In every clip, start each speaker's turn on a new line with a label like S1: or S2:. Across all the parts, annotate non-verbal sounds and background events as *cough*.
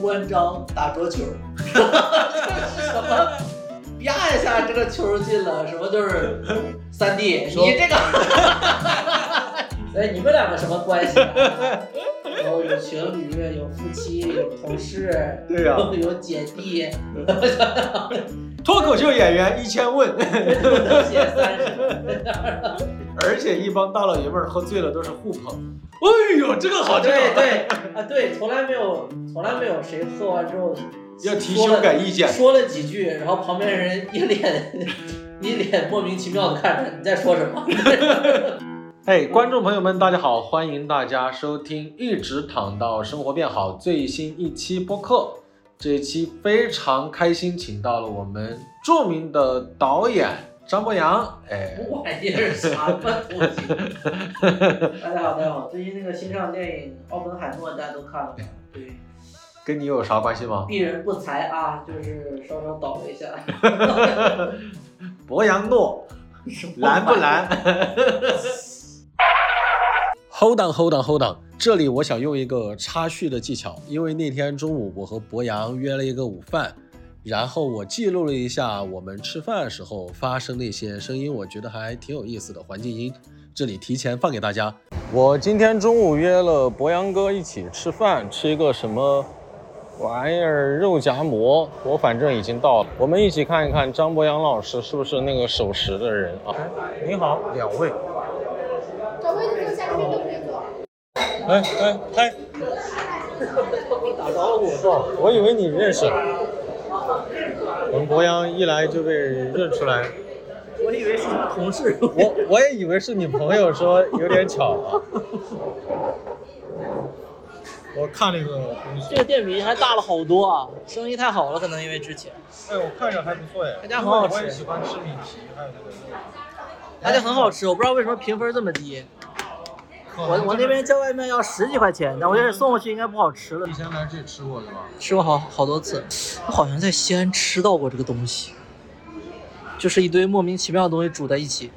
S1: 关张打桌球， *laughs* 什么啪一下这个球进了，什么就是三 D，
S2: 说
S1: 你这
S2: *laughs*
S1: 个，哎，你们两个什么关系、啊？有有情侣，有夫妻，有同事，
S2: 对啊呀
S1: 有姐弟，
S2: 脱口秀演员一千问， *laughs*
S1: 不能写三十。
S2: 而且一帮大老爷们儿喝醉了都是互捧。哎呦，这 *laughs* 个好，这
S1: 对
S2: 个好，
S1: 对啊，对，从来没有从来没有谁喝完之后
S2: 要提修改意见。
S1: 说了几句，然后旁边人一脸 *laughs* 一脸莫名其妙的看着你在说什么。
S2: 哎，观众朋友们，大家好，欢迎大家收听《一直躺到生活变好》最新一期播客。这一期非常开心，请到了我们著名的导演张博洋。哎，
S1: 什么玩意儿？什么哎东西？大家好，大家好，最近那个新上电影《奥本海默》，大家都看了吗？对，
S2: 跟你有啥关系吗？
S1: 鄙人不才啊，就是稍稍倒了一下。嗯
S2: 博洋诺，蓝不蓝 *laughs* ？Hold on, hold on, hold on！这里我想用一个插叙的技巧，因为那天中午我和博洋约了一个午饭，然后我记录了一下我们吃饭时候发生的一些声音，我觉得还挺有意思的环境音，这里提前放给大家。我今天中午约了博洋哥一起吃饭，吃一个什么玩意儿肉夹馍，我反正已经到了。我们一起看一看张博洋老师是不是那个守时的人啊？您好，两位。
S3: 找位置坐下，这边都可以坐。
S2: 哎哎哎，
S1: 打招呼，
S2: 哦，我以为你认识。我们博洋一来就被认出来，
S1: 我以为是同事。
S2: 我我也以为是你朋友，说有点巧啊。 *laughs* 我看那个东西，
S1: 这个店比以前大了好多啊，生意太好了，可能因为之前。
S2: 哎，我看着还不错哎，
S1: 大家很好吃
S2: 我也喜欢吃米皮，还有那个
S1: 而且很好吃，我不知道为什么评分这么低。我我那边叫外卖要十几块钱，但我觉得送过去应该不好吃了
S2: 以。前来这里吃过对吧？
S1: 吃过好好多次， *laughs* 我好像在西安吃到过这个东西，就是一堆莫名其妙的东西煮在一起，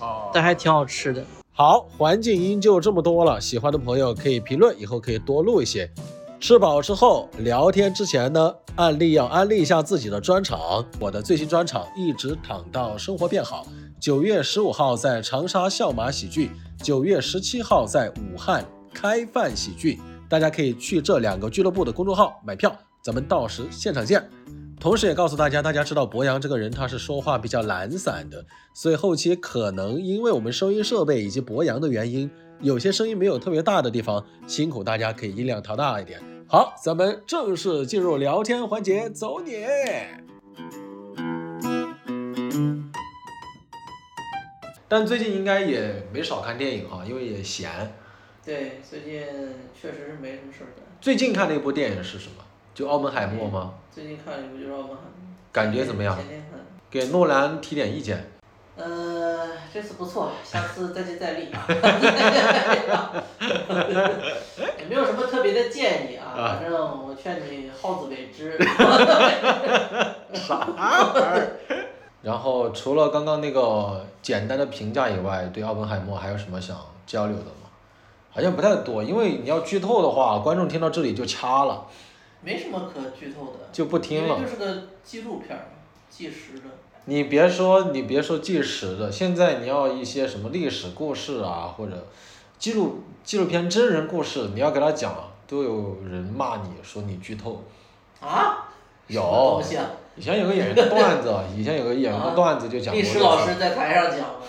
S2: 哦
S1: 但还挺好吃的。
S2: 好，环境音就这么多了，喜欢的朋友可以评论，以后可以多录一些。吃饱之后，聊天之前呢，案例要安利一下自己的专场。我的最新专场一直躺到生活变好，九月十五号在长沙笑马喜剧，九月十七号在武汉开饭喜剧，大家可以去这两个俱乐部的公众号买票，咱们到时现场见。同时也告诉大家，大家知道博洋这个人他是说话比较懒散的，所以后期可能因为我们收音设备以及博洋的原因，有些声音没有特别大的地方，辛苦大家可以音量调大一点。好，咱们正式进入聊天环节，走你！但最近应该也没少看电影哈，因为也闲。
S4: 对，最近确实是没什么事儿干。
S2: 最近看的一部电影是什么？就《奥本海默》吗？
S4: 最近看了一部就是《奥本海默
S2: 感觉怎么》，样？
S4: 前天看的。
S2: 给诺兰提点意见。
S4: 呃，这次不错，下次再接再
S2: *laughs*
S4: 厉。也没有什么特别的建议啊，
S2: 啊
S4: 反正我劝你好自为之。
S2: *laughs* 然后除了刚刚那个简单的评价以外，对奥本海默还有什么想交流的吗？好像不太多，因为你要剧透的话，观众听到这里就掐了，
S4: 没什么可剧透的，
S2: 就不听
S4: 因为
S2: 了
S4: 就。是个纪录片儿嘛，纪实的。
S2: 你别说，你别说纪实的，现在你要一些什么历史故事啊，或者纪录纪录片真人故事，你要给他讲，都有人骂你说你剧透。
S4: 啊？什
S2: 有
S4: 么东西啊？
S2: 以前有个演员的段子，以前有个演员的段子就讲过
S4: 历
S2: 这个
S4: 史
S2: 事儿。
S4: 老师在台上讲的，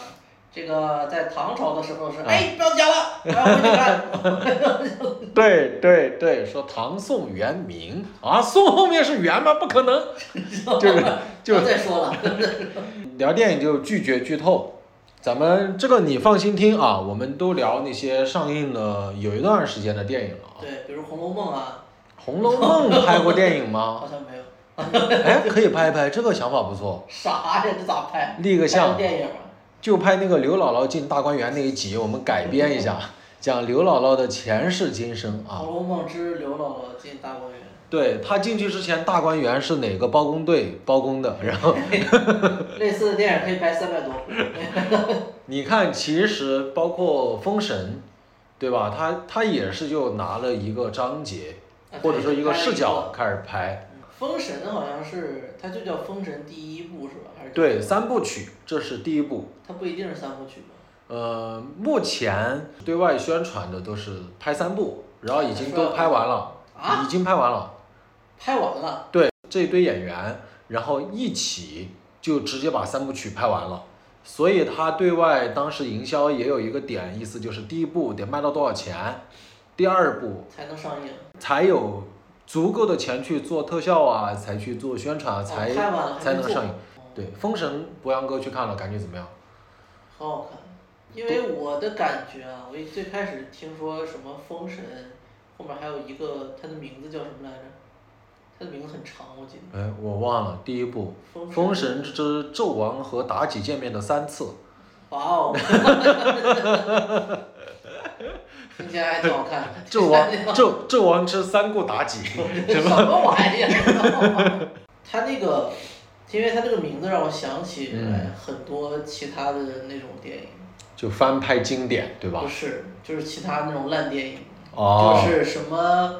S4: 这个在唐朝的时候是，
S2: 啊
S4: 哎，不要讲了，我要回去看。
S2: *laughs* 对对对，说唐宋元明啊，宋后面是元吗？不可能，就是就
S4: 不要再说了。
S2: 聊电影就拒绝剧透。咱们这个你放心听啊，我们都聊那些上映了有一段时间的电影了啊。
S4: 对，比如《红楼梦》啊，
S2: 《红楼梦》拍过电影吗？
S4: 好像没有。
S2: 哎，可以拍一拍，这个想法不错。
S4: 啥呀？这咋拍？
S2: 立个
S4: 拍
S2: 像
S4: 成，电影啊？
S2: 就拍那个刘姥姥进大观园那一集，我们改编一下，讲刘姥姥的前世今生
S4: 《
S2: 啊。
S4: 红楼梦之刘姥姥进大观园
S2: 对她进去之前，大观园是哪个包工队包工的，然后》，
S4: 类似的电影可以拍三百多部。
S2: 你看，其实包括《封神》，对吧？他他也是就拿了一个章节，或者说一个视角
S4: 拍
S2: 啊开始拍。
S4: 一个。封神好像是，它就叫封神第一部是吧？还是
S2: 对，？三部曲，这是第一部。
S4: 它不一定是三部曲吧？
S2: 呃，目前对外宣传的都是拍三部，然后已经都拍完了，
S4: 啊，
S2: 已经拍完了。
S4: 拍完了，
S2: 对，这一堆演员，然后一起就直接把三部曲拍完了。所以他对外当时营销也有一个点，意思就是第一部得卖到多少钱，第二部
S4: 才能上映。
S2: 才有足够的钱去做特效啊，才去做宣传啊，
S4: 哦
S2: 才
S4: 拍完了还
S2: 才
S4: 没
S2: 能
S4: 做
S2: 上映。对，《封神博洋哥》去看了，感觉怎么样？
S4: 很好看，因为我的感觉啊，我一最开始听说什么封神，后面还有一个他的名字叫什么来着？他的名字很长，我记得。
S2: 哎，我忘了第一部《
S4: 封
S2: 封神之纣王和妲己见面的三次》，
S4: 哇
S2: *laughs*
S4: 哦！听起来还挺好看。
S2: 纣王纣纣王之三顾妲己，
S4: *laughs* 什么玩意儿？ *laughs* 他那个，因为他这个名字让我想起
S2: 嗯
S4: 很多其他的那种电影，
S2: 就翻拍经典，对吧
S4: 不？是，就是其他那种烂电影。
S2: 哦，
S4: 就是什么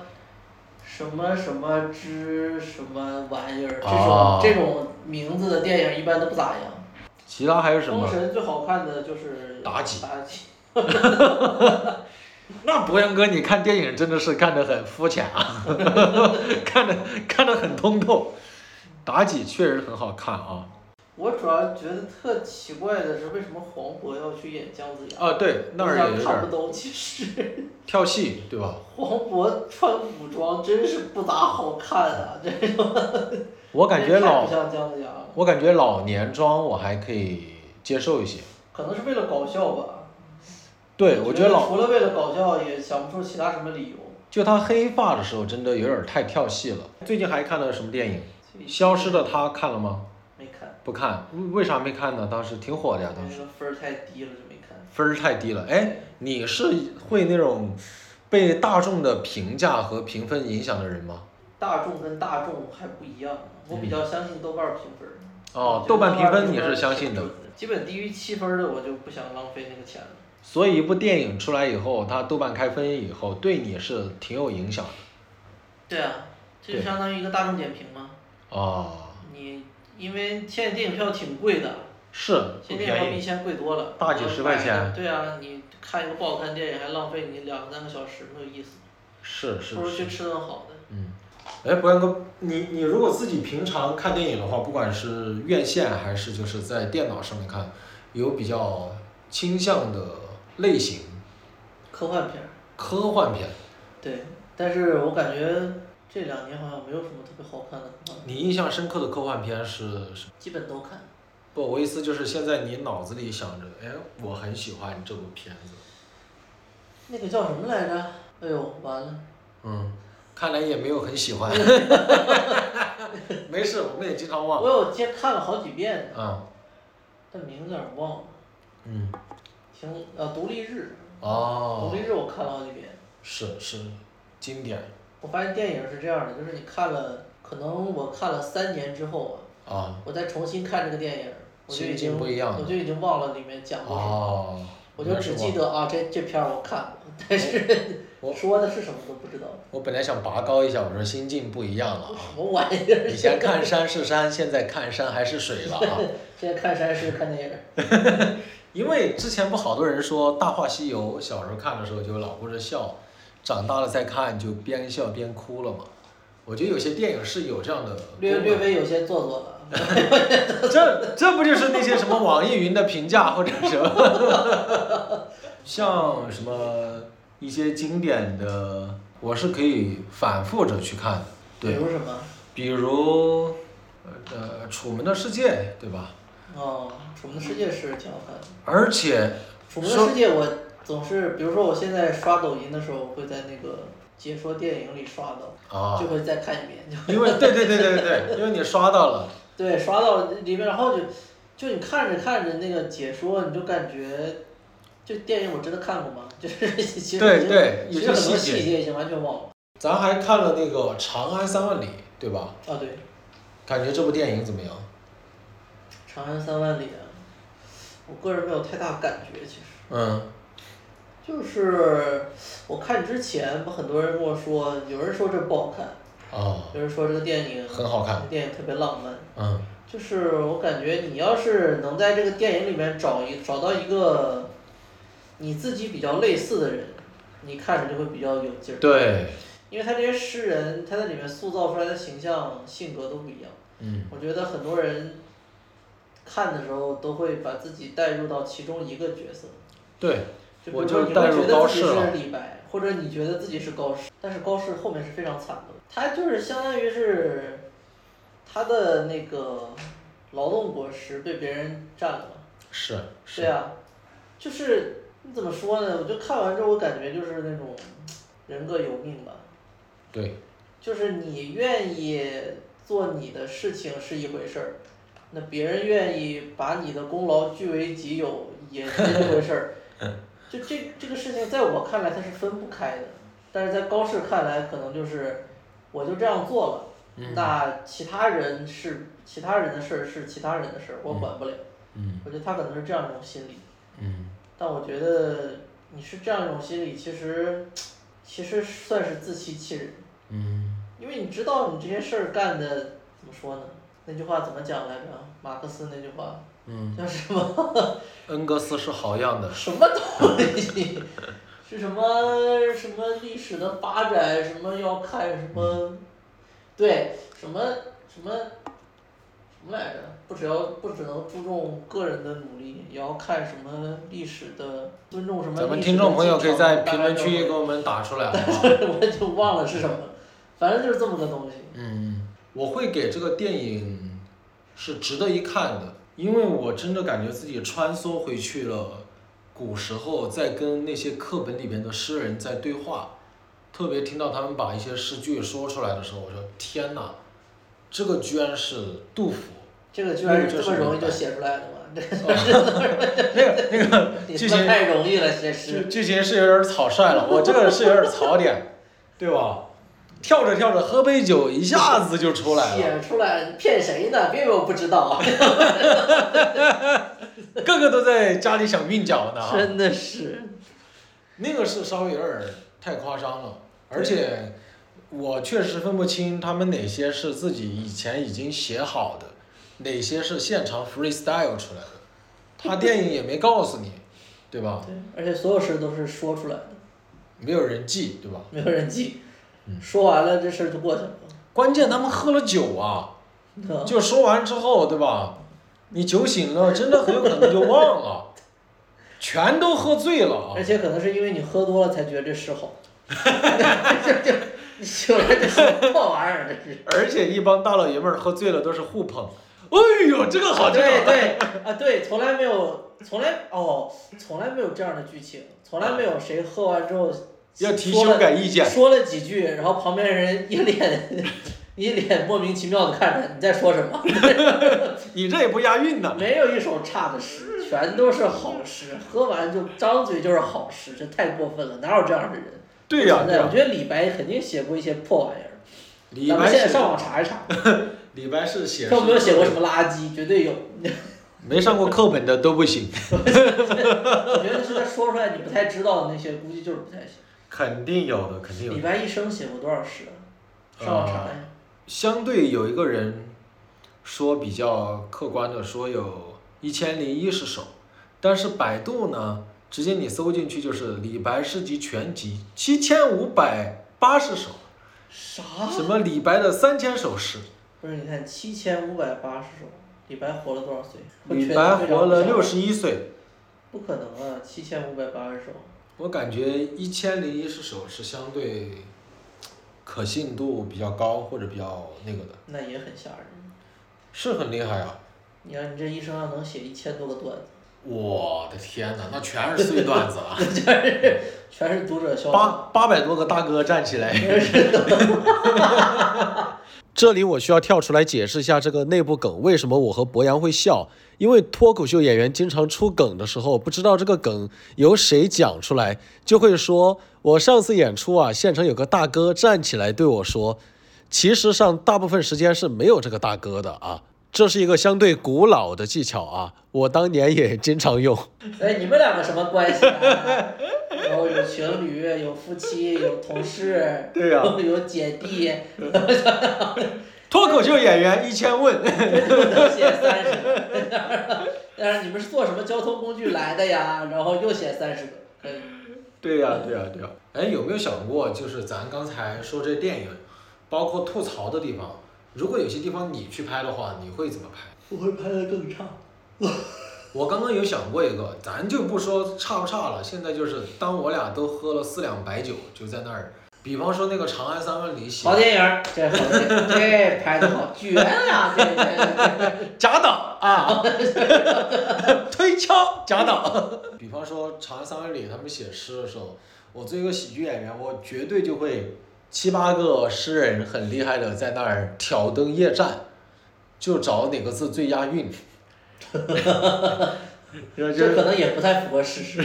S4: 什么什么之什么玩意儿，这种、
S2: 哦
S4: 这种名字的电影一般都不咋样。
S2: 其他还有
S4: *laughs*
S2: 什么
S4: 封？神最好看的就是
S2: 妲己
S4: 妲己，
S2: 那博洋哥，你看电影真的是看得很肤浅啊， *laughs* 看得看得很通透。妲己确实很好看啊。
S4: 我主要觉得特奇怪的是，为什么黄渤要去演姜子牙？
S2: 啊，对，那儿也有
S4: 我
S2: 点
S4: 看不
S2: 儿
S4: 懂，其实
S2: 跳戏，对吧？
S4: 黄渤穿古装真是不咋好看啊，这
S2: 我感觉
S4: 真太
S2: 老
S4: 不，像姜子牙了，
S2: 我感觉老年装我还可以接受一些。
S4: 可能是为了搞笑吧。
S2: 对，我觉得老
S4: 除了为了搞笑，也想不出其他什么理由。
S2: 就他黑发的时候，真的有点儿太跳戏了。最近还看了什么电影？
S4: 所以
S2: 《消失的她》看了吗？
S4: 没看。
S2: 不看，为为啥没看呢？当时挺火的呀，当
S4: 那
S2: 时
S4: 个分儿太低了就没看。
S2: 分儿太低了。哎，你是会那种被大众的评价和评分影响的人吗？
S4: 大众跟大众还不一样，我比较相信豆瓣儿评分儿。
S2: 哦
S4: 我觉得，
S2: 豆瓣
S4: 瓣
S2: 评
S4: 分
S2: 分你是相信的
S4: 挺，准基本低于七分儿的我就不想浪费那个钱了。
S2: 所以一部电影出来以后，它豆瓣开分以后，对你是挺有影响的。
S4: 对啊，这就
S2: 对
S4: 相当于一个大众点评嘛。
S2: 哦，
S4: 你因为现在电影票挺贵的，
S2: 是不
S4: 现在电影票
S2: 便
S4: 比以
S2: 宜。
S4: 前贵多了，
S2: 大几十块钱
S4: 对啊，你看一个不好看的电影还浪费你两三个小时，没有意思，
S2: 是是
S4: 不如去
S2: 是。
S4: 吃顿好的。
S2: 嗯，哎，博洋哥，你你如果自己平常看电影的话，不管是院线还是就是在电脑上面看，有比较倾向的类型，
S4: 科幻片儿，
S2: 科幻片，
S4: 对，但是我感觉这两年好像没有什么特别好看的科幻片，
S2: 你印象深刻的科幻片是什么？
S4: 基本都看。
S2: 不，我意思就是现在你脑子里想着，哎，我很喜欢这部片子，
S4: 那个叫什么来着？哎呦，完了！
S2: 嗯，看来也没有很喜欢，没事，我们也经常忘
S4: 我，有接看了好几遍呢，
S2: 啊，
S4: 但名字有点忘了。
S2: 嗯，
S4: 挺呃，独立日，
S2: 哦
S4: 独，立日我看了好几遍。
S2: 是是，经典
S4: 我发现电影是这样的，就是你看了，可能我看了三年之后啊，
S2: 啊，
S4: 我再重新看这个电影，我就
S2: 心
S4: 已
S2: 情
S4: 经
S2: 不一样
S4: 我就已经忘了里面讲过什么，
S2: 哦，
S4: 我就只记得啊这这片儿我看过，但是
S2: 我
S4: *laughs* 说的是什么都不知道，
S2: 我本来想拔高一下，我说心境不一样了
S4: *laughs* 什
S2: 啊。
S4: 么玩意儿？
S2: 以前看山是山，现在看山还是水了
S4: *laughs*
S2: 啊。
S4: 现在看山是看电影，
S2: 呃因为之前不好多人说《大话西游》，小时候看的时候就老哭着笑，长大了再看就边笑边哭了嘛。我觉得有些电影是有这样的功能，
S4: 略略微有些做作了。
S2: 这这不就是那些什么网易云的评价或者什么，像什么一些经典的，我是可以反复着去看的。
S4: 比
S2: 对，
S4: 如什么？
S2: 比如，呃呃，《楚门的世界》，对吧？
S4: 哦，《楚门的世界》是挺好看的。
S2: 而且
S4: 楚门的世界，我总是，比如说我现在刷抖音的时候，会在那个解说电影里刷到，
S2: 啊
S4: 就，会再看一遍，就
S2: 因为对对对对对，因为你刷到了，
S4: 对刷到里面，然后就就你看着看着那个解说，你就感觉，就电影我真的看过吗？ *laughs* 就是其实
S2: 对对，
S4: 其
S2: 有
S4: 实很
S2: 些
S4: 多
S2: 细
S4: 细
S2: 节。
S4: 节已经完全忘了。
S2: 咱还看了那个《长安三万里》，对吧？
S4: 啊，对，《
S2: 感觉这部电影怎么样？
S4: 长安三万里》啊，我个人没有太大感觉，其实
S2: 嗯，
S4: 就是我看之前，不很多人跟我说，有人说这不好看，
S2: 哦，
S4: 有人说这个电影
S2: 很好看，
S4: 电影特别浪漫。
S2: 嗯
S4: 就是我感觉你要是能在这个电影里面找一找到一个你自己比较类似的人，你看着就会比较有劲儿。，
S2: 对，
S4: 因为他这些诗人，他在里面塑造出来的形象、性格都不一样。
S2: 嗯
S4: 我觉得很多人看的时候都会把自己带入到其中一个角色。
S2: 对，
S4: 就比
S2: 我
S4: 如
S2: 就
S4: 说
S2: 是
S4: 你
S2: 带
S4: 会
S2: 入
S4: 觉
S2: 高
S4: 得自己
S2: 适了
S4: 是李白，或者你觉得自己是高适，但是高适后面是非常惨的，他就是相当于是他的那个劳动果实被别人占了。
S2: 是是，
S4: 对啊，就是你怎么说呢？我就看完之后，我感觉就是那种人各有命吧，
S2: 对
S4: 就是你愿意做你的事情是一回事儿，那别人愿意把你的功劳据为己有也是一回事儿。
S2: *laughs*
S4: 就这这个事情，在我看来它是分不开的，但是在高适看来，可能就是我就这样做了，
S2: 嗯
S4: 那其他人是其他人的事儿是其他人的事儿，我管不了。
S2: 嗯
S4: 我觉得他可能是这样一种心理，
S2: 嗯，
S4: 但我觉得你是这样一种心理，其实其实算是自欺欺人。
S2: 嗯，
S4: 因为你知道你这些事儿干的怎么说呢？那句话怎么讲来着？马克思那句话
S2: 嗯，
S4: 叫什么？
S2: 恩格斯是好样的，
S4: 什么东西？ *laughs* 是什么什么历史的发展？什么要看什么？对，什么什么什么来着？不只要不只能注重个人的努力，也要看什么历史的尊重什么历史的进程。
S2: 咱们听众朋友可以在
S4: 大概
S2: 评论
S4: 就
S2: 区
S4: 会
S2: 给我们打出来，好不好？
S4: *laughs* 我就忘了是什么，反正就是这么个东西。
S2: 嗯，我会给这个电影是值得一看的，因为我真的感觉自己穿梭回去了古时候，在跟那些课本里边的诗人在对话，特别听到他们把一些诗句说出来的时候，我说天哪，这个居然是杜甫， *laughs*
S4: 这个居然是这么容易就写出来的吗？这
S2: 那个那个
S4: 你
S2: *laughs* 剧
S4: 他妈
S2: 情
S4: 太容易了，写
S2: 剧
S4: 诗。
S2: 剧情是有点草率了，我这个是有点槽点，对吧？跳着跳着喝杯酒，一下子就出来了。
S4: 写出来，你骗谁呢？别以为我不知道，啊
S2: 个个都在家里想韵脚呢
S4: *laughs*
S2: 啊。
S4: 真的是。
S2: 那个是稍微有点儿太夸张了，而且我确实分不清他们哪些是自己以前已经写好的，哪些是现场 freestyle 出来的。他电影也没告诉你，对吧？
S4: 对，而且所有诗都是说出来的，
S2: 没有人记，对吧？
S4: 没有人记
S2: 嗯。
S4: 说完了这事儿就过去了。
S2: 关键他们喝了酒啊，
S4: 啊
S2: 就说完之后，对吧？你酒醒了，真的很有可能就忘了，全都喝醉了啊
S4: 而。且可能是因为你喝多了才觉得这诗好。 *laughs* 就就你醒来这什么破玩意儿，这是。
S2: 而且一帮大老爷们儿喝醉了都是互捧，哎呦， *laughs* 这个好，这个
S4: 对。
S2: 好
S4: 对啊，对，从来没有，从来哦，从来没有这样的剧情，从来没有谁喝完之后
S2: 要提
S4: 说
S2: 修
S4: 了
S2: 改意见。
S4: 说了几句，然后旁边人一脸 *laughs* 一脸莫名其妙的看着你在说什么，
S2: 你这也不押韵呢。
S4: 没有一首差的诗，全都是好诗，喝完就张嘴就是好诗，这太过分了，哪有这样的人？
S2: 对呀、
S4: 不存
S2: 对
S4: 在
S2: 呀、
S4: 我觉得李白肯定写过一些破玩意儿，
S2: 李
S4: 咱们
S2: 白
S4: 现在
S2: 写
S4: 上网查一查，
S2: 李白是写
S4: 看有没有写过什
S2: 么？
S4: 么垃圾，绝对有。 *laughs*
S2: 没上过课本的都不行，
S4: 我觉得是他说出来你不太知道的那些，估计就是不太行。
S2: 肯定有的，肯定有
S4: 李
S2: 的。
S4: 白一生写过多少诗啊？上网查呀。
S2: 相对有一个人说比较客观的说有一千零一十首，但是百度呢，直接你搜进去就是《李白诗集全集》七千五百八十首，
S4: 啥？
S2: 什么李白的三千首诗，
S4: 不是，你看七千五百八十首，李白活了多少岁？我觉
S2: 李
S4: 得
S2: 白
S4: 非常
S2: 活了
S4: 不像
S2: 六十一岁。
S4: 不可能啊，七千五百八十首，
S2: 我感觉一千零一十首是相对可信度比较高或者比较那个的，
S4: 那也很吓人。
S2: 是很厉害啊！
S4: 你看你这一生要能写一千多个段子，
S2: *laughs* 我的天哪，那全是碎段子了，
S4: *laughs* 全是读者笑
S2: 八
S4: 话。
S2: 八百多个大哥站起来。 *laughs* 这里我需要跳出来解释一下这个内部梗，为什么我和博洋会笑？因为脱口秀演员经常出梗的时候，不知道这个梗由谁讲出来，就会说：“我上次演出啊，现场有个大哥站起来对我说。”其实上大部分时间是没有这个大哥的啊。这是一个相对古老的技巧啊，我当年也经常用。
S4: 哎，你们两个什么关系啊？然后有情侣，有夫妻，有同事，
S2: 对呀
S4: 有姐弟，
S2: 脱口秀演员一千问，
S4: 不能写三十个。 *laughs* 但是你们是坐什么交通工具来的呀？然后又写三十个，可以。
S2: 对呀、对呀、对呀、哎，有没有想过，就是咱刚才说这电影，包括吐槽的地方，如果有些地方你去拍的话，你会怎么拍？
S4: 我会拍的更差。
S2: 我刚刚有想过一个，咱就不说差不差了，现在就是当我俩都喝了四两白酒，就在那儿，比方说那个《长安三万里》写
S4: 好电影儿，这好电影儿，这拍的好，绝了！这这
S2: 贾导啊， *laughs* 推敲贾导。比方说《长安三万里》，他们写诗的时候，我作为一个喜剧演员，我绝对就会七八个诗人很厉害的在那儿挑灯夜战，就找哪个字最押韵。 *laughs* 然后
S4: 这
S2: 就
S4: 这可
S2: 是
S4: 能也不太符合事实。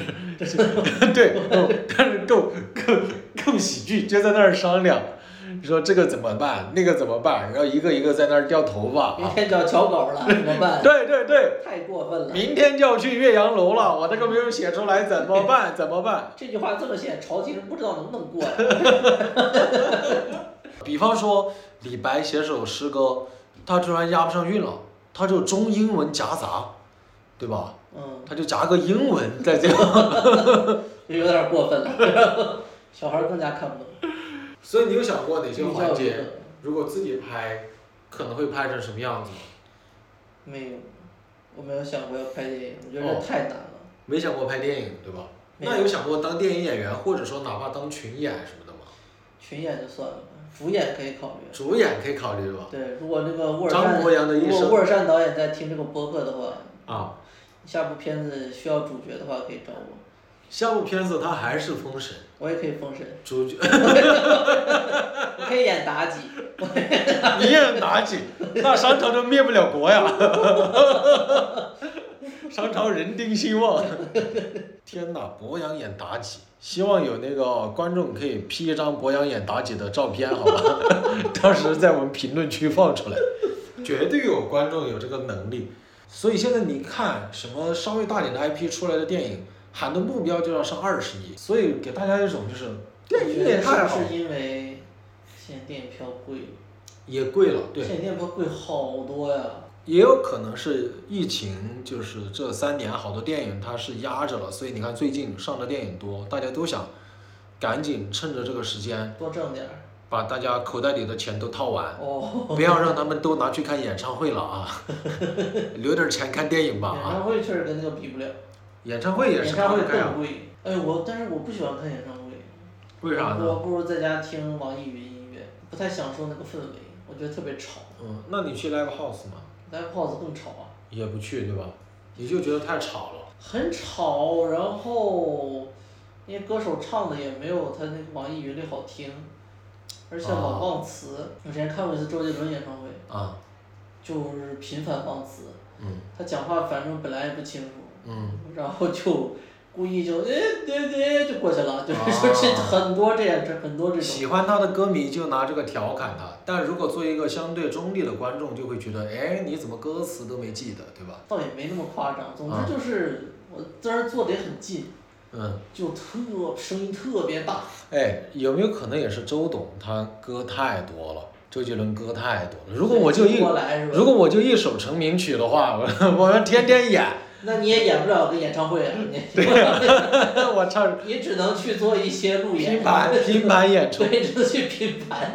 S2: *laughs* 对，嗯但是更更更喜剧，就在那儿商量，说这个怎么办，那个怎么办，然后一个一个在那儿掉头发
S4: 明
S2: 啊。
S4: 天就要交稿了，怎么办？
S2: 对对对，
S4: 太过分了。
S2: 明天就要去岳阳楼了，我这个没有写出来怎么办？ *laughs* 怎么办？
S4: 这句话这么写，朝廷不知道能不能过呀。
S2: 比方说李白写首诗歌，他突然押不上韵了，他就中英文夹杂，对吧？
S4: 嗯，
S2: 他就夹个英文在这样。
S4: 就有点过分 *laughs* 了。小孩儿更加看不懂。
S2: *laughs* 所以你有想过哪
S4: 比
S2: 些
S4: 较
S2: 环
S4: 有
S2: 节，如果自己拍，可能会拍成什么样子吗？
S4: 没有，我没有想过要拍电影，我觉得这太难了。
S2: 没想过拍电影，对吧？
S4: 没有
S2: 那有想过当电影演员，或者说哪怕当群演什么的吗？
S4: 群演就算了，主演可以考虑。
S2: 主演可以考虑吧？
S4: 对，如果那个沃尔
S2: 张
S4: 善，
S2: 国阳的一
S4: 如果
S2: 生
S4: 沃尔善导演在听这个播客的话，
S2: 啊，
S4: 下部片子需要主角的话可以找我，
S2: 下部片子他还是封神，
S4: 我也可以封 *laughs* 神，
S2: 主角
S4: 我可以演妲己。
S2: *laughs* 你也妲己，那商朝就灭不了国呀！商朝人丁兴旺。天哪，博洋演妲己，希望有那个观众可以 P 一张博洋演妲己的照片，好吧？ *laughs* 到时在我们评论区放出来，绝对有观众有这个能力。所以现在你看，什么稍微大点的 IP 出来的电影，喊的目标就要上二十亿，所以给大家一种就是电影也太
S4: 是
S2: 好
S4: 不，是因为现在电影票贵？
S2: 也贵了，对
S4: 现。在电影票贵好多呀。
S2: 也有可能是疫情，就是这三年好多电影它是压着了，所以你看最近上的电影多，大家都想赶紧趁着这个时间
S4: 多挣点儿
S2: 把大家口袋里的钱
S4: *laughs*
S2: 都掏完，
S4: 哦。
S2: 不要让他们都拿去看演唱会了啊， *laughs* 留点钱看电影吧
S4: 演
S2: 啊，
S4: 唱会确实跟那个比不了，
S2: 演唱会也
S4: 演
S2: 是
S4: 唱
S2: 看
S4: 会
S2: 不开啊
S4: 更，贵。哎，我但是我不喜欢看演唱会，
S2: 为啥
S4: 我
S2: 呢？
S4: 不如在家听网易云音乐，不太享受那个氛围，我觉得特别吵。
S2: 嗯，那你去 live house 吗？
S4: live house 更吵啊，
S2: 也不去对吧？你就觉得太吵了。
S4: 很吵，然后因为歌手唱的也没有他那个网易云里好听，而且老
S2: 啊
S4: 忘词。我之前看过一次周杰伦演唱会，
S2: 啊，
S4: 就是频繁忘词，
S2: 嗯
S4: 他讲话反正本来也不清楚，
S2: 嗯，
S4: 然后就故意就哎对对就过去了， *laughs* 就是
S2: 啊
S4: 说这很多这样这很多这种。
S2: 喜欢他的歌迷就拿这个调侃他，但如果做一个相对中立的观众，就会觉得，哎，你怎么歌词都没记得，对吧？
S4: 倒也没那么夸张，总
S2: 啊
S4: 之就是我在那儿坐的也很近，
S2: 嗯，
S4: 就特声音特别大，
S2: 哎，有没有可能也是周董他歌太多了，周杰伦歌太多了。如果我就一
S4: 听不过来是吧？
S2: 如果我就一首成名曲的话，我 *laughs* 我们天天演， *laughs*
S4: 那你也演不了个演唱会啊，你
S2: 我唱
S4: *laughs* 你只能去做一些路演，
S2: 拼
S4: *laughs*
S2: 盘拼盘演出，
S4: 对，只能去拼盘，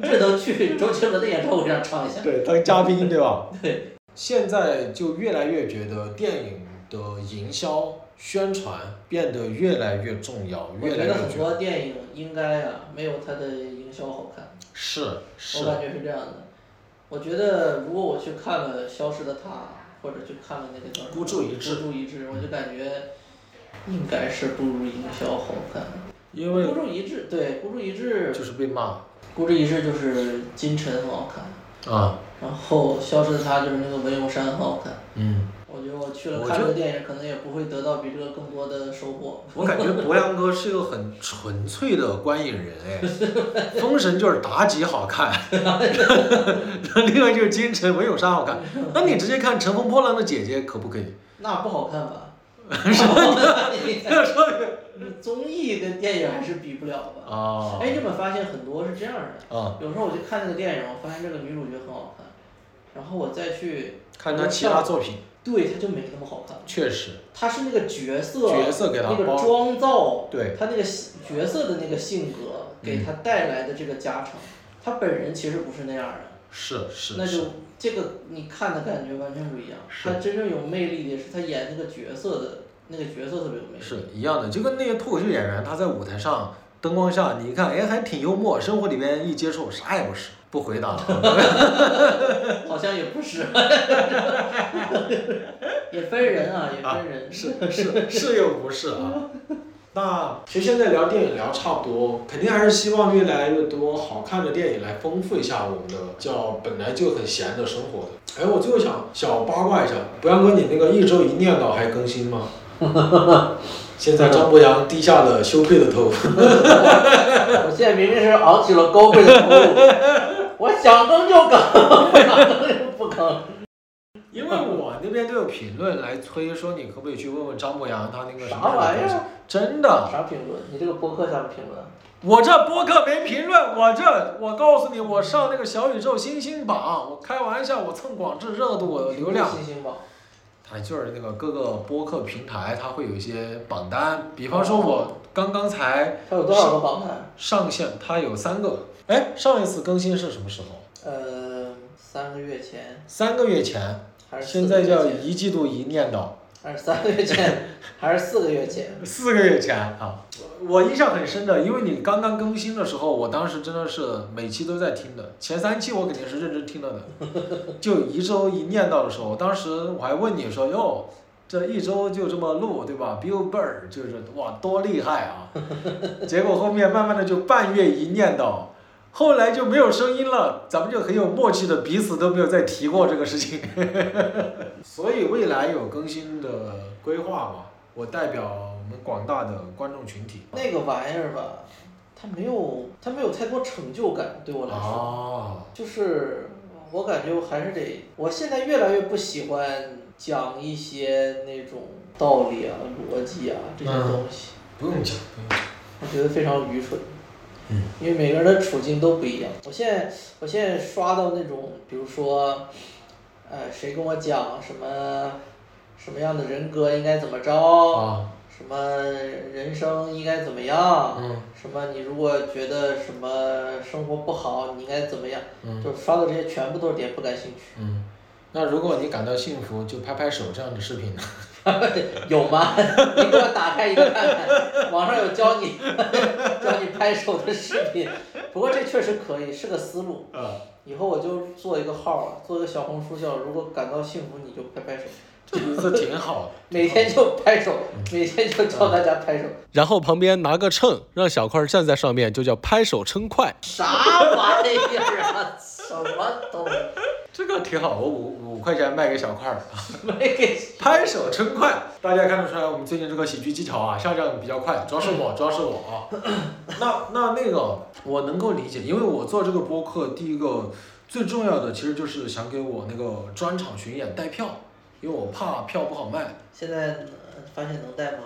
S4: 你只能去周杰伦的演唱会上唱一下。
S2: 对，当嘉宾对吧？
S4: 对，
S2: 现在就越来越觉得电影的营销宣传变得越来越重要，
S4: 我
S2: 哦越
S4: 觉得
S2: 来越
S4: 很
S2: 重要。
S4: 多电影应该啊，没有它的营销好看，
S2: 是是
S4: 我，感觉是这样的。我觉得如果我去看了《消失的她》，或者去看了那个叫什么
S2: 孤注一掷
S4: 孤注一掷，我就感觉应该是不如营销好看。
S2: 因
S4: 孤
S2: 为
S4: 注一掷，对，孤注一掷
S2: 啊就，是被骂，
S4: 孤注一掷就是金晨很好看，
S5: 啊，
S4: 然后消失的她就是那个文咏珊很好看。
S5: 嗯，
S4: 我觉得我去了
S2: 我
S4: 看
S2: 觉
S4: 这
S2: 得
S4: 个电影，可能也不会得到比这个更多的收获。
S2: 我感觉博洋哥是一个很纯粹的观影人哎，封神就是妲己好看， *laughs* 另外就是金晨文咏珊好看，那你直接看《乘风破浪的姐姐》可不可以？
S4: 那不好看
S2: *laughs*
S4: 吧？是 *laughs* 吧？综艺跟电影还是比不了吧？
S2: 啊
S4: 哎，你有没有发现很多是这样的？
S2: 啊，
S4: 有时候我去看那个电影，我发现这个女主角很好看，然后我再去
S2: 看他其他作品，
S4: 对她就没那么好看了。
S2: 确实
S4: 她是那个角色，
S2: 角色给他
S4: 那个
S2: 包，
S4: 妆造，
S2: 对嗯
S4: 她那个性角色的那个性格给她带来的这个加成，她本人其实不是那样的，
S2: 是是，
S4: 那就是这个你看的感觉完全不一样。
S2: 是
S4: 她真正有魅力的是她演那个角色的那个角色特别有魅力。
S2: 是一样的，就跟那些脱口秀演员，他在舞台上灯光下，你一看，哎，还挺幽默，生活里面一接触啥也不是，不回答了，
S4: 好像也不是， *laughs* 也分人啊，也分人。
S2: 是是是又不是 *laughs* 啊。那其实现在聊电影聊差不多，肯定还是希望越来越多好看的电影来丰富一下我们的叫本来就很闲的生活的。哎，我最后想小八卦一下，博洋哥，你那个一周一念叨还更新 *laughs* 吗？现在张博洋低下了羞愧的
S4: *laughs*
S2: 头。
S4: 我现在明明是昂起了高贵的头颅，我想更就更，不想更就不更。
S2: *laughs* 因为我那边都有评论来催说你可不可以去问问张博洋他那个什么
S4: 啥玩意儿？
S2: 真的，
S4: 啥评论？你这个博客上的评论？
S2: 我这播客没评论，我这我告诉你，我上那个小宇宙新星榜，我开玩笑，我蹭广志热度我流量。
S4: 信心榜。
S2: 它就是那个各个播客平台，它会有一些榜单，比方说我刚刚才
S4: 它有多少个榜单？
S2: 上线，它有三个。哎，上一次更新是什么时候？
S4: 呃，三个月前
S2: 三个月前，
S4: 还是四
S2: 现
S4: 个
S2: 在
S4: 月
S2: 叫
S4: 前
S2: 一季度一念叨。
S4: 还是三个月前，还是四个月前？
S2: 四个月前啊，我印象很深的，因为你刚刚更新的时候，我当时真的是每期都在听的，前三期我肯定是认真听 *laughs* 了的，就一周一念叨的时候，当时我还问你说哟，这一周就这么录对吧？Billboard 就是哇多厉害啊， *laughs* 结果后面慢慢的就半月一念叨。后来就没有声音了，咱们就很有默契的，彼此都没有再提过这个事情。 *laughs* 所以未来有更新的规划嘛？我代表我们广大的观众群体。
S4: 那个玩意儿吧，它没有，它没有太多成就感，对我来说。
S2: 哦，
S4: 就是我感觉我还是得，我现在越来越不喜欢讲一些那种道理啊、逻辑啊这些东西，
S2: 不用讲，不用讲。
S4: 我觉得非常愚蠢。
S2: 嗯，
S4: 因为每个人的处境都不一样。我现在我现在刷到那种，比如说，呃，谁跟我讲什么什么样的人格应该怎么着，
S2: 啊，
S4: 什么人生应该怎么样，
S2: 嗯
S4: 什么你如果觉得什么生活不好，你应该怎么样？
S2: 嗯
S4: 就刷到这些全部都是点不感兴趣，
S2: 嗯。那如果你感到幸福，就拍拍手这样的视频呢？
S4: 有吗？ *laughs* 你给我打开一个看看，网上有教你 *laughs* 教你拍手的视频。不过这确实可以，是个思路。
S2: *laughs* 啊，
S4: 以后我就做一个号儿，做一个小红书叫“如果感到幸福你就拍拍手
S2: 这名字挺好的。”， *laughs*
S4: 每天就拍手，每天就教大家拍手。
S2: 嗯
S5: 然后旁边拿个秤，让小块站在上面，就叫拍手称快。
S4: 啥玩意儿啊？什么东西？
S2: 这个挺好，我五五块钱卖给小块儿，
S4: 没给
S2: 拍手称快。大家看得出来，我们最近这个喜剧技巧啊下降比较快，主要是我，主要是我啊。那那那个我能够理解，因为我做这个播客，第一个最重要的其实就是想给我那个专场巡演带票，因为我怕票不好卖。
S4: 现在呃发现能带吗？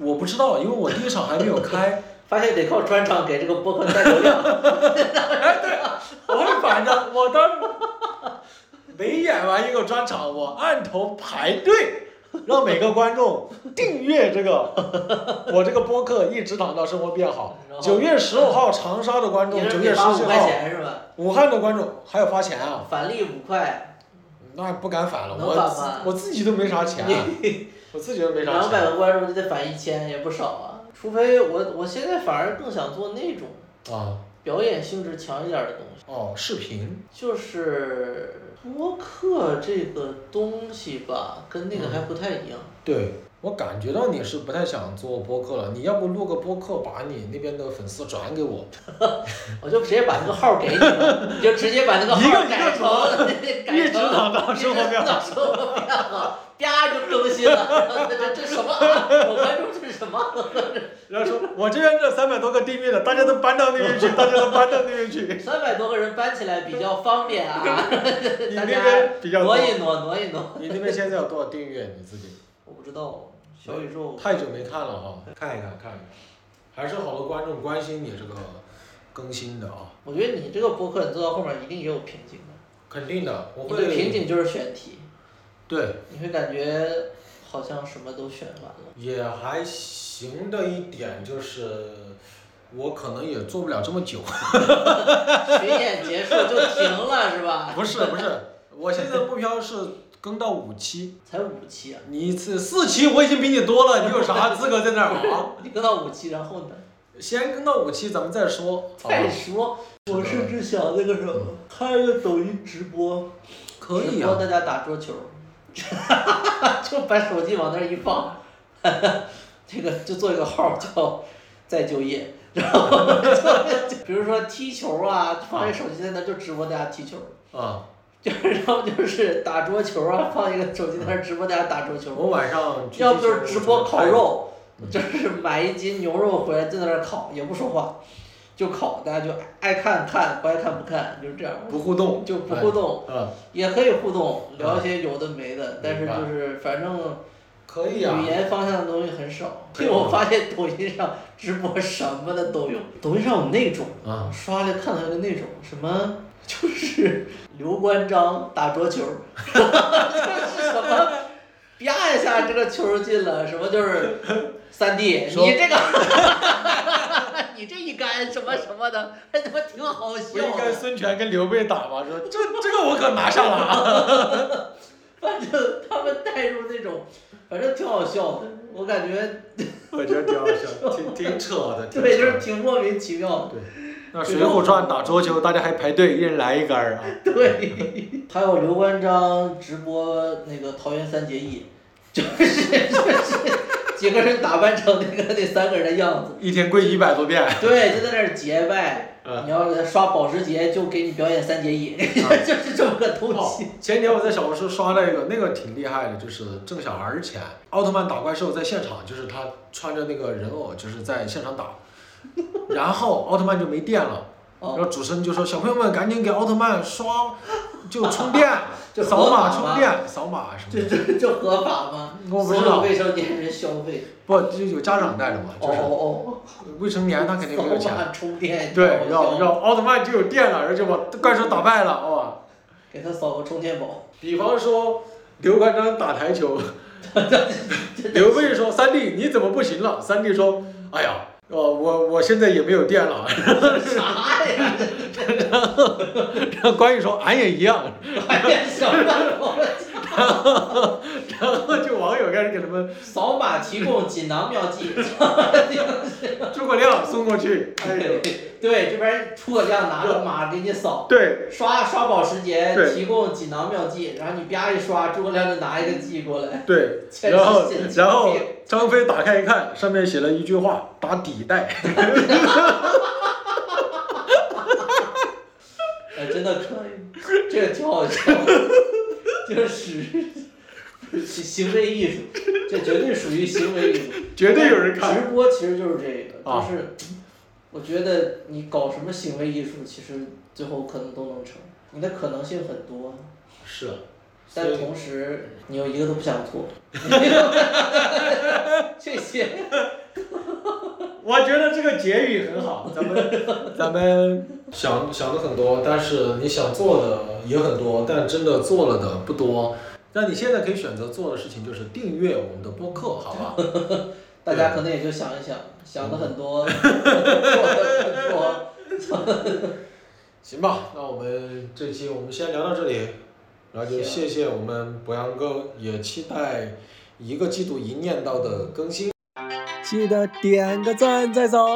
S2: 我不知道，因为我第一场还没有开，
S4: 发现得靠专场给这个播客带流量。
S2: *laughs* 我是反着，我当时没演完一个专场，我按头排队，让每个观众订阅这个我这个播客，一直躺到生活变好
S4: 然。后
S2: 九月十五号长沙的 *laughs* 观
S4: 你
S2: 众，
S4: 是
S2: 九
S4: 给
S2: 月十
S4: 发五
S2: 七
S4: 块
S2: 号
S4: 钱是吧？
S2: 武汉的观众还要发钱啊，
S4: 返利五块，
S2: 那不敢返了，
S4: 能
S2: 我
S4: 返
S2: 自
S4: 吗
S2: 我自己都没啥钱，啊
S4: *laughs*
S2: 我自己都没啥
S4: 两百
S2: 钱
S4: 个观众就得返一千，也不少啊。除非我，我现在反而更想做那种
S2: 啊。
S4: 表演性质强一点的东西，
S2: 哦，视频嗯
S4: 就是播客这个东西吧，跟那个还不太一样。
S2: 对，我感觉到你是不太想做播客了，你要不录个播客，把你那边的粉丝转给我，
S4: 我就直接把那个号给你了，你就直接把那个
S2: 一个
S4: 号
S2: 一个
S4: 改成
S2: 一
S4: *laughs* 改
S2: 直
S4: 成
S2: 躺到生活
S4: 一直
S2: 表
S4: 躺到生活表了，啪就更新了， *laughs* 这这什么啊？我关注这是什么？
S2: 然后说我这边这三百多个订阅的，大家都搬到那边去，大家都搬到那
S4: *laughs*
S2: 边去，
S4: 三百多个人搬起来比较方便啊， *laughs*
S2: 你
S4: 大
S2: 那
S4: 家
S2: 边比较多
S4: 挪，一挪，挪一挪。
S2: 你那边现在有多少订阅？你自己
S4: 我不知道小宇宙
S2: 太久没看了哈，看一看看一看，还是好多观众关心你这个更新的啊，
S4: 我觉得你这个播客，你做到后面一定也有瓶颈的。
S2: 肯定的，我
S4: 你的
S2: 会
S4: 瓶颈就是选题，
S2: 对，
S4: 你会感觉好像什么都选完了。
S2: 也还行的一点就是，我可能也做不了这么
S4: *laughs*
S2: 久。
S4: 巡演结束就停了 *laughs* 是吧？
S2: 不是不是，我现在的目标是更到五期，
S4: 才五期啊，
S2: 你四四期我已经比你多了，你有啥资格在那儿啊？
S4: 你搁到五期，然后呢？
S2: *laughs* 先更到五期，咱们再说，啊好吧
S4: 再？说，我甚至想那个什么，开一个抖音直播，
S2: 可以
S4: 直播
S2: 啊 *laughs*
S4: 大，家打桌球， *laughs* 就把手机往那儿一放， *laughs* 这个就做一个号叫再就业，然后就 *laughs* 就比如说踢球啊，放一手机在那儿就直播大家踢球，
S2: 啊，
S4: 就是要么就是打桌球啊，放一个手机在那儿直播大家打桌球，
S2: 我晚上去
S4: 要不就是
S2: 踢
S4: 直
S2: 球
S4: 播烤，肉
S2: 嗯，
S4: 就是买一斤牛肉回来就在那儿烤，也不说话，就烤，大家就爱看看，不爱看不看，就是这样，
S2: 哎不互动
S4: 就不互动，
S2: 啊，
S4: 也可以互动，聊一些有的没的，但是就是反正
S2: 可以啊
S4: 语，言方向的东西很少。
S2: 可以
S4: 因为我发现抖音上直播什么的都有， *laughs* 抖音上有那种
S2: 啊，
S4: 刷了看到一个那种什么，就是刘关张打桌球，就是什么，啪一下这个球进了，什么就是三弟，你
S2: 说
S4: 这个， *laughs* 你这一杆什么什么的，还他妈挺好
S2: 不
S4: 笑
S2: 应该
S4: 的。
S2: 孙权跟刘备打吗？说这这个我可拿下了啊，
S4: *laughs* 反正他们带入那种，反正挺好笑的，
S2: 嗯
S4: 我感觉
S2: *laughs* 我觉得挺好笑， *laughs* 挺挺扯的，挺
S4: 对，
S2: 扯
S4: 就
S2: 的
S4: 是挺莫名其妙
S2: 那《水浒传》打桌球，大家还排队，一人来一杆儿啊！
S4: 的。 *laughs* 对，还有刘关张直播那个桃园三结义，就是就是几个人打扮成那个那三个人的样子，
S2: 一天跪一百多遍。
S4: 对，就在那儿结拜。
S2: 嗯
S4: 你要是刷保时捷，就给你表演三结义， *laughs* 就是这么个东西。
S2: 前天我在小红书刷了一个，那个挺厉害的，就是挣小孩儿钱。奥特曼打怪兽在现场，就是他穿着那个人偶，就是在现场
S4: *laughs*
S2: 打。然后奥特曼就没电了，然后
S4: 哦， *laughs*
S2: 主持人就说：“小朋友们，赶紧给奥特曼刷，就充
S4: *laughs*
S2: 电，
S4: 这
S2: 扫
S4: 合
S2: 码
S4: 法
S2: 充
S4: 吗
S2: 电，扫码什么
S4: 这
S2: 的。
S4: 这这合法吗？”
S2: 我不
S4: 所
S2: 知
S4: 有
S2: 道，
S4: 未成年人消费。
S2: 不就有家长带着嘛，
S4: 哦
S2: 啊就是
S4: 哦
S2: 未成年他肯定没有
S4: 哦，扫
S2: 钱。
S4: 码哦充电。
S2: 对，
S4: 好笑
S2: 让让奥特曼就有电了，而且把怪兽打败了，哦哇、
S4: 给他扫个充电宝。 *laughs*
S2: 比方说刘关张打台球，刘备说：“三弟，你怎么不行了？”三弟说：“哎呀，哦，我我现在也没有电了。 *laughs*
S4: 啥呀？这”
S2: 然后关羽说：“俺也一样。 *laughs*
S4: 还演小烂头”
S2: 然后就网友开始给他们
S4: 扫码提供锦囊妙计。
S2: 诸葛亮送过去。哎呦，
S4: 对，这边诸葛亮拿着马给你扫，
S2: 对，
S4: 刷刷保时捷
S2: 对
S4: 提供锦囊妙计，然后你啪一刷，诸葛亮就拿一个计过来。
S2: 对，
S4: 确实
S2: 然后
S4: 神经
S2: 然后
S4: 病
S2: 张飞打开一看，上面写了一句话：“打底带。 *laughs*
S4: 哎，真的可以，这个挺好笑， *laughs* 就是 *laughs* 行为艺术，这绝对属于行为艺术。”
S2: 绝对有人看。
S4: 直播其实就是这个，
S2: 啊
S4: 就是我觉得你搞什么行为艺术，其实最后可能都能成，你的可能性很多，
S2: 是，
S4: 但同时你又一个都不想做。这些
S2: *laughs* 我觉得这个结语很好，咱们咱们想想的很多，但是你想做的也很多，但真的做了的不多。那你现在可以选择做的事情就是订阅我们的播客，好吧？
S4: 大家可能也就想一想，想的很多，做的很多。
S2: 行吧，那我们这期我们先聊到这里，然后就谢谢我们博洋哥，也期待一个季度一念到的更新。
S6: 记得点个赞再走。